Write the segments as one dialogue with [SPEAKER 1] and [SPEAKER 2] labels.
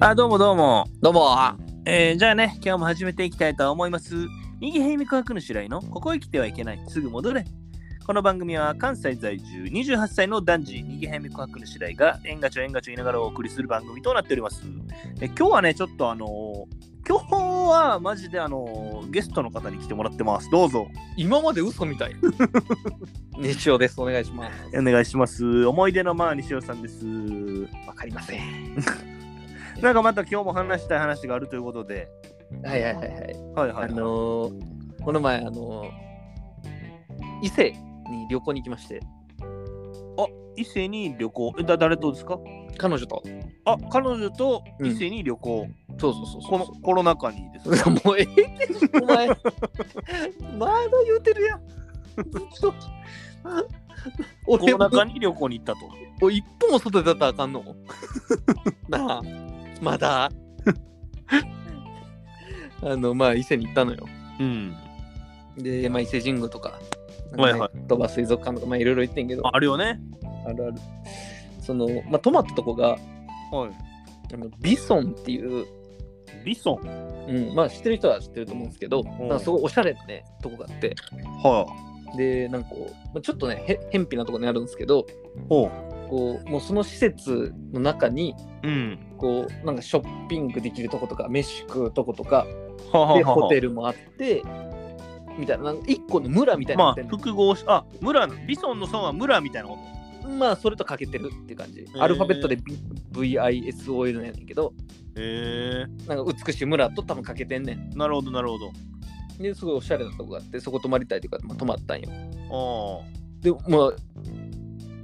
[SPEAKER 1] あ、どうもどうも。
[SPEAKER 2] どうも。は
[SPEAKER 1] えーじゃあね、今日も始めていきたいと思います。右平美科学の白井の、ここへ来てはいけない、すぐ戻れ。この番組は関西在住28歳の男児、右平美科学の白井が、縁がちょ縁がちょ言いながらお送りする番組となっております。え今日はね、ちょっとあのー今日はマジであのーゲストの方に来てもらってます。どうぞ。
[SPEAKER 2] 今まで嘘みたい。日曜です。お願いします。
[SPEAKER 1] お願いします。思い出のまあ西尾さんです。
[SPEAKER 2] わかりません。
[SPEAKER 1] なんかまた今日も話したい話があるということで。
[SPEAKER 2] はいはいはいはい。
[SPEAKER 1] はいはい、
[SPEAKER 2] あのー、この前、あのー、伊勢に旅行に行きまして、
[SPEAKER 1] 伊勢に旅行。えだ誰とですか
[SPEAKER 2] 彼女と。
[SPEAKER 1] あ、彼女と
[SPEAKER 2] うん
[SPEAKER 1] 伊勢に旅行、
[SPEAKER 2] そうそうそう
[SPEAKER 1] このコロナ禍にです ね。
[SPEAKER 2] のもうええ って、お前、まだ言うてるやん。 ずっと
[SPEAKER 1] コ
[SPEAKER 2] 俺
[SPEAKER 1] ロナ
[SPEAKER 2] も
[SPEAKER 1] 禍に旅行に行ったと。
[SPEAKER 2] もう一歩も外出たらあかんの なあま だあのまあ伊勢に行ったのよ
[SPEAKER 1] うん。
[SPEAKER 2] で、まあ、伊勢神宮とか
[SPEAKER 1] はい
[SPEAKER 2] なん
[SPEAKER 1] は
[SPEAKER 2] かね鳥羽水族館とかまあいろいろ行ってんけどあ
[SPEAKER 1] あるよね。
[SPEAKER 2] るあるそのまあ泊まったとこが
[SPEAKER 1] は
[SPEAKER 2] あのビソンっていう、
[SPEAKER 1] い。ビソン。
[SPEAKER 2] うん、まあ知ってる人は知ってると思うんですけど、
[SPEAKER 1] ん
[SPEAKER 2] なんかすごいおしゃれなねとこがあって
[SPEAKER 1] は
[SPEAKER 2] でなんかこう、まあ、ちょっとねへ偏僻なとこにあるんですけど
[SPEAKER 1] い。ほ
[SPEAKER 2] こうもうその施設の中に
[SPEAKER 1] う。うん。
[SPEAKER 2] こうなんかショッピングできるとことか飯食うとことか
[SPEAKER 1] はあはあは
[SPEAKER 2] で
[SPEAKER 1] あ
[SPEAKER 2] ホテルもあってみたいななんか一個の村みたいにな
[SPEAKER 1] ま
[SPEAKER 2] ってん
[SPEAKER 1] あ、
[SPEAKER 2] の
[SPEAKER 1] 複合し、あ、村な、ビソンの村は村みたいなこ
[SPEAKER 2] まあ、それとかけてるっていう感じアルファベットで V- VISOL なんやねんけど
[SPEAKER 1] と。へえ
[SPEAKER 2] なんか美しい村と多分かけてんねん
[SPEAKER 1] なるほど、なるほど。
[SPEAKER 2] ですごいおしゃれなとこがあってそこ泊まりたいというか、まあ、泊まったんよ
[SPEAKER 1] あ
[SPEAKER 2] でもうめ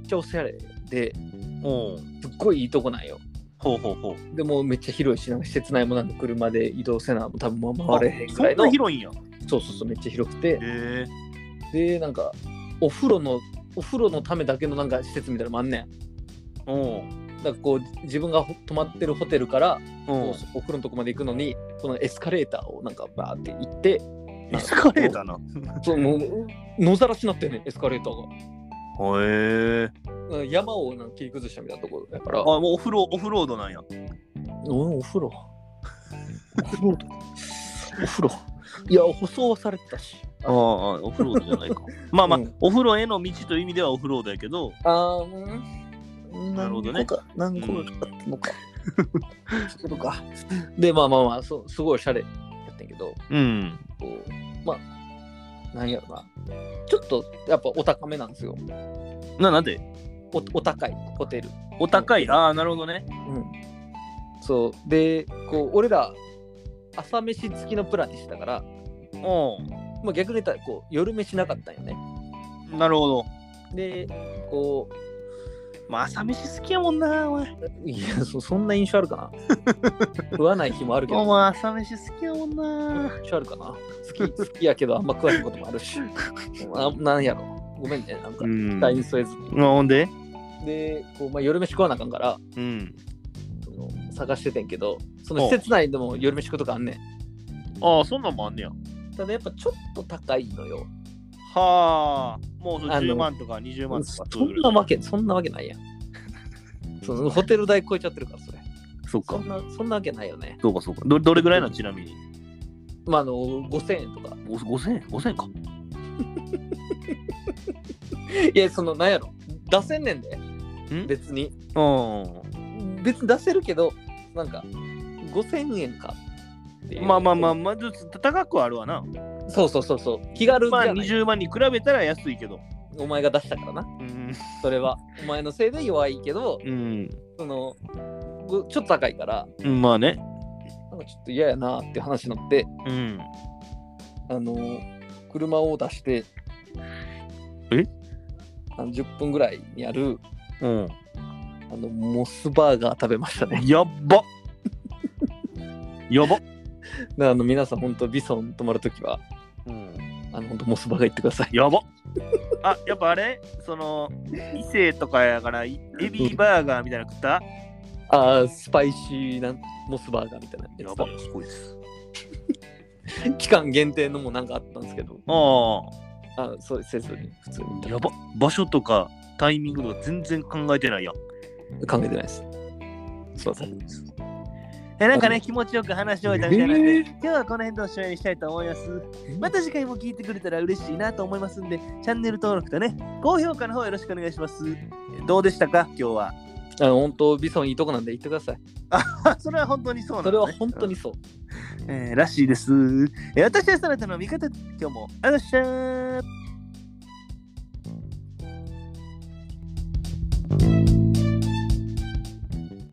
[SPEAKER 2] っちゃおしゃれで
[SPEAKER 1] あ。ほう。
[SPEAKER 2] すっごいいいとこなんよ
[SPEAKER 1] ほうほうほう。
[SPEAKER 2] でもうめっちゃ広いしなんか施設内もなんか車で移動せな多分もう回れへん
[SPEAKER 1] あ
[SPEAKER 2] ぐ
[SPEAKER 1] そ
[SPEAKER 2] ら
[SPEAKER 1] ん
[SPEAKER 2] いの
[SPEAKER 1] な広いんや。
[SPEAKER 2] そうそうそうめっちゃ広くて
[SPEAKER 1] へえ
[SPEAKER 2] でなんかお風呂のお風呂のためだけのなんか施設みたいなのもあんねん
[SPEAKER 1] お
[SPEAKER 2] だからこう自分がほ泊まってるホテルから
[SPEAKER 1] うん。
[SPEAKER 2] こうお風呂のとこまで行くのにこのエスカレーターをなんかバーって行って
[SPEAKER 1] エスカレーターな。
[SPEAKER 2] そう もう野ざらしになってんねんエスカレーター
[SPEAKER 1] へえ。
[SPEAKER 2] がうん山をなんか切り崩したみたいなところだから
[SPEAKER 1] あ、もうオフロオフロードなんや。
[SPEAKER 2] おお風呂お風呂だお風呂いや舗装はされてたし
[SPEAKER 1] ああ、オフロードじゃない か。まあまあ、
[SPEAKER 2] うん
[SPEAKER 1] お風呂への道という意味ではオフロードやけど、
[SPEAKER 2] ああうん
[SPEAKER 1] なるほどね
[SPEAKER 2] 何個か何個か買ったのか、そういうことかでまあまあまあそうすごいおしゃれやってんけど
[SPEAKER 1] うん。
[SPEAKER 2] こうまあ何やろなちょっとやっぱお高めなんですよ
[SPEAKER 1] な、なんで
[SPEAKER 2] おお高いホテル
[SPEAKER 1] お高い。ああ、なるほどね。
[SPEAKER 2] うんそうでこう俺ら朝飯付きのプランにしてたから、
[SPEAKER 1] お
[SPEAKER 2] まあ、逆に言ったらこう夜飯なかったんよね
[SPEAKER 1] うなるほど。
[SPEAKER 2] でこ
[SPEAKER 1] まあ、朝飯好きやもんな、お前。
[SPEAKER 2] ういやそ そんな印象あるかな食わない日もあるけ
[SPEAKER 1] お
[SPEAKER 2] ど
[SPEAKER 1] 前、朝飯好きやもんな。
[SPEAKER 2] 印象あるかな好き 好きやけどあんま食わへんこともあ るしあなんやろごめんねなんか
[SPEAKER 1] ん
[SPEAKER 2] 期待に添えずに
[SPEAKER 1] まあ、ほんで
[SPEAKER 2] でこう、まあ、夜飯食わなあかんから
[SPEAKER 1] うん。
[SPEAKER 2] その探しててんけどその施設内でも夜飯食うとかあんね
[SPEAKER 1] ああ、そんなんもあんねや。
[SPEAKER 2] んただやっぱちょっと高いのよ
[SPEAKER 1] はあ。もうそれ
[SPEAKER 2] あの
[SPEAKER 1] 10万とか20万とか。
[SPEAKER 2] そんなわけそんなわけないやんそのホテル代超えちゃってるからそれ
[SPEAKER 1] そっ
[SPEAKER 2] そ
[SPEAKER 1] か
[SPEAKER 2] ん。なそんなわけないよね
[SPEAKER 1] そうか、そうか。どどれぐらいなのちなみに。
[SPEAKER 2] まああの5000円とか
[SPEAKER 1] ご5000円 ?5000 円か。
[SPEAKER 2] いやそのなんやろ出せんねんで別に
[SPEAKER 1] う。
[SPEAKER 2] 別に出せるけどなんか5000円かっていうん
[SPEAKER 1] まあまあまあ、まあ、ちょっと高くはあるわな。
[SPEAKER 2] そうそうそうそう気軽じ
[SPEAKER 1] まあ、
[SPEAKER 2] ゃない、
[SPEAKER 1] 20万に比べたら安いけど。
[SPEAKER 2] お前が出したからな
[SPEAKER 1] うん。
[SPEAKER 2] それはお前のせいで弱いけど
[SPEAKER 1] うん。
[SPEAKER 2] そのごちょっと高いから
[SPEAKER 1] うんまあね。
[SPEAKER 2] なんかちょっと嫌やなっていう話になって、
[SPEAKER 1] うん。
[SPEAKER 2] あの車を出して、
[SPEAKER 1] え
[SPEAKER 2] あの ?10 分ぐらいにある
[SPEAKER 1] うん。
[SPEAKER 2] あのモスバーガー食べましたね。
[SPEAKER 1] やっばやば
[SPEAKER 2] だからあの皆さん、本当、ビソン泊まるときは、
[SPEAKER 1] うん。
[SPEAKER 2] あの本当、モスバーガー行ってください。
[SPEAKER 1] やばあ、やっぱあれその、伊勢とかやから、いエビバーガーみたいなの食った
[SPEAKER 2] ああ、スパイシーなモスバーガーみたいなやつだ
[SPEAKER 1] すごいです。
[SPEAKER 2] 期間限定のもなんかあったんですけど、
[SPEAKER 1] あ
[SPEAKER 2] あーそうせずに、普通
[SPEAKER 1] あ。
[SPEAKER 2] に
[SPEAKER 1] やば場所とか、タイミングとか全然考えてないやん。
[SPEAKER 2] 考えてないです。すいません。
[SPEAKER 1] えなんかね、気持ちよく話し終えたみたいなんで、今日はこの辺でおしまいにしたいと思います。また次回も聞いてくれたら嬉しいなと思いますんで、チャンネル登録とね、高評価の方よろしくお願いします。どうでしたか今日は。
[SPEAKER 2] あの本当ビソンいいとこなんで言ってください。
[SPEAKER 1] あそれは本当にそうな
[SPEAKER 2] そ
[SPEAKER 1] の、
[SPEAKER 2] れ
[SPEAKER 1] ね、
[SPEAKER 2] は本当にそう。
[SPEAKER 1] うん、えーらしいです。えー私はそなたの味方、今日も、ありがとうございました。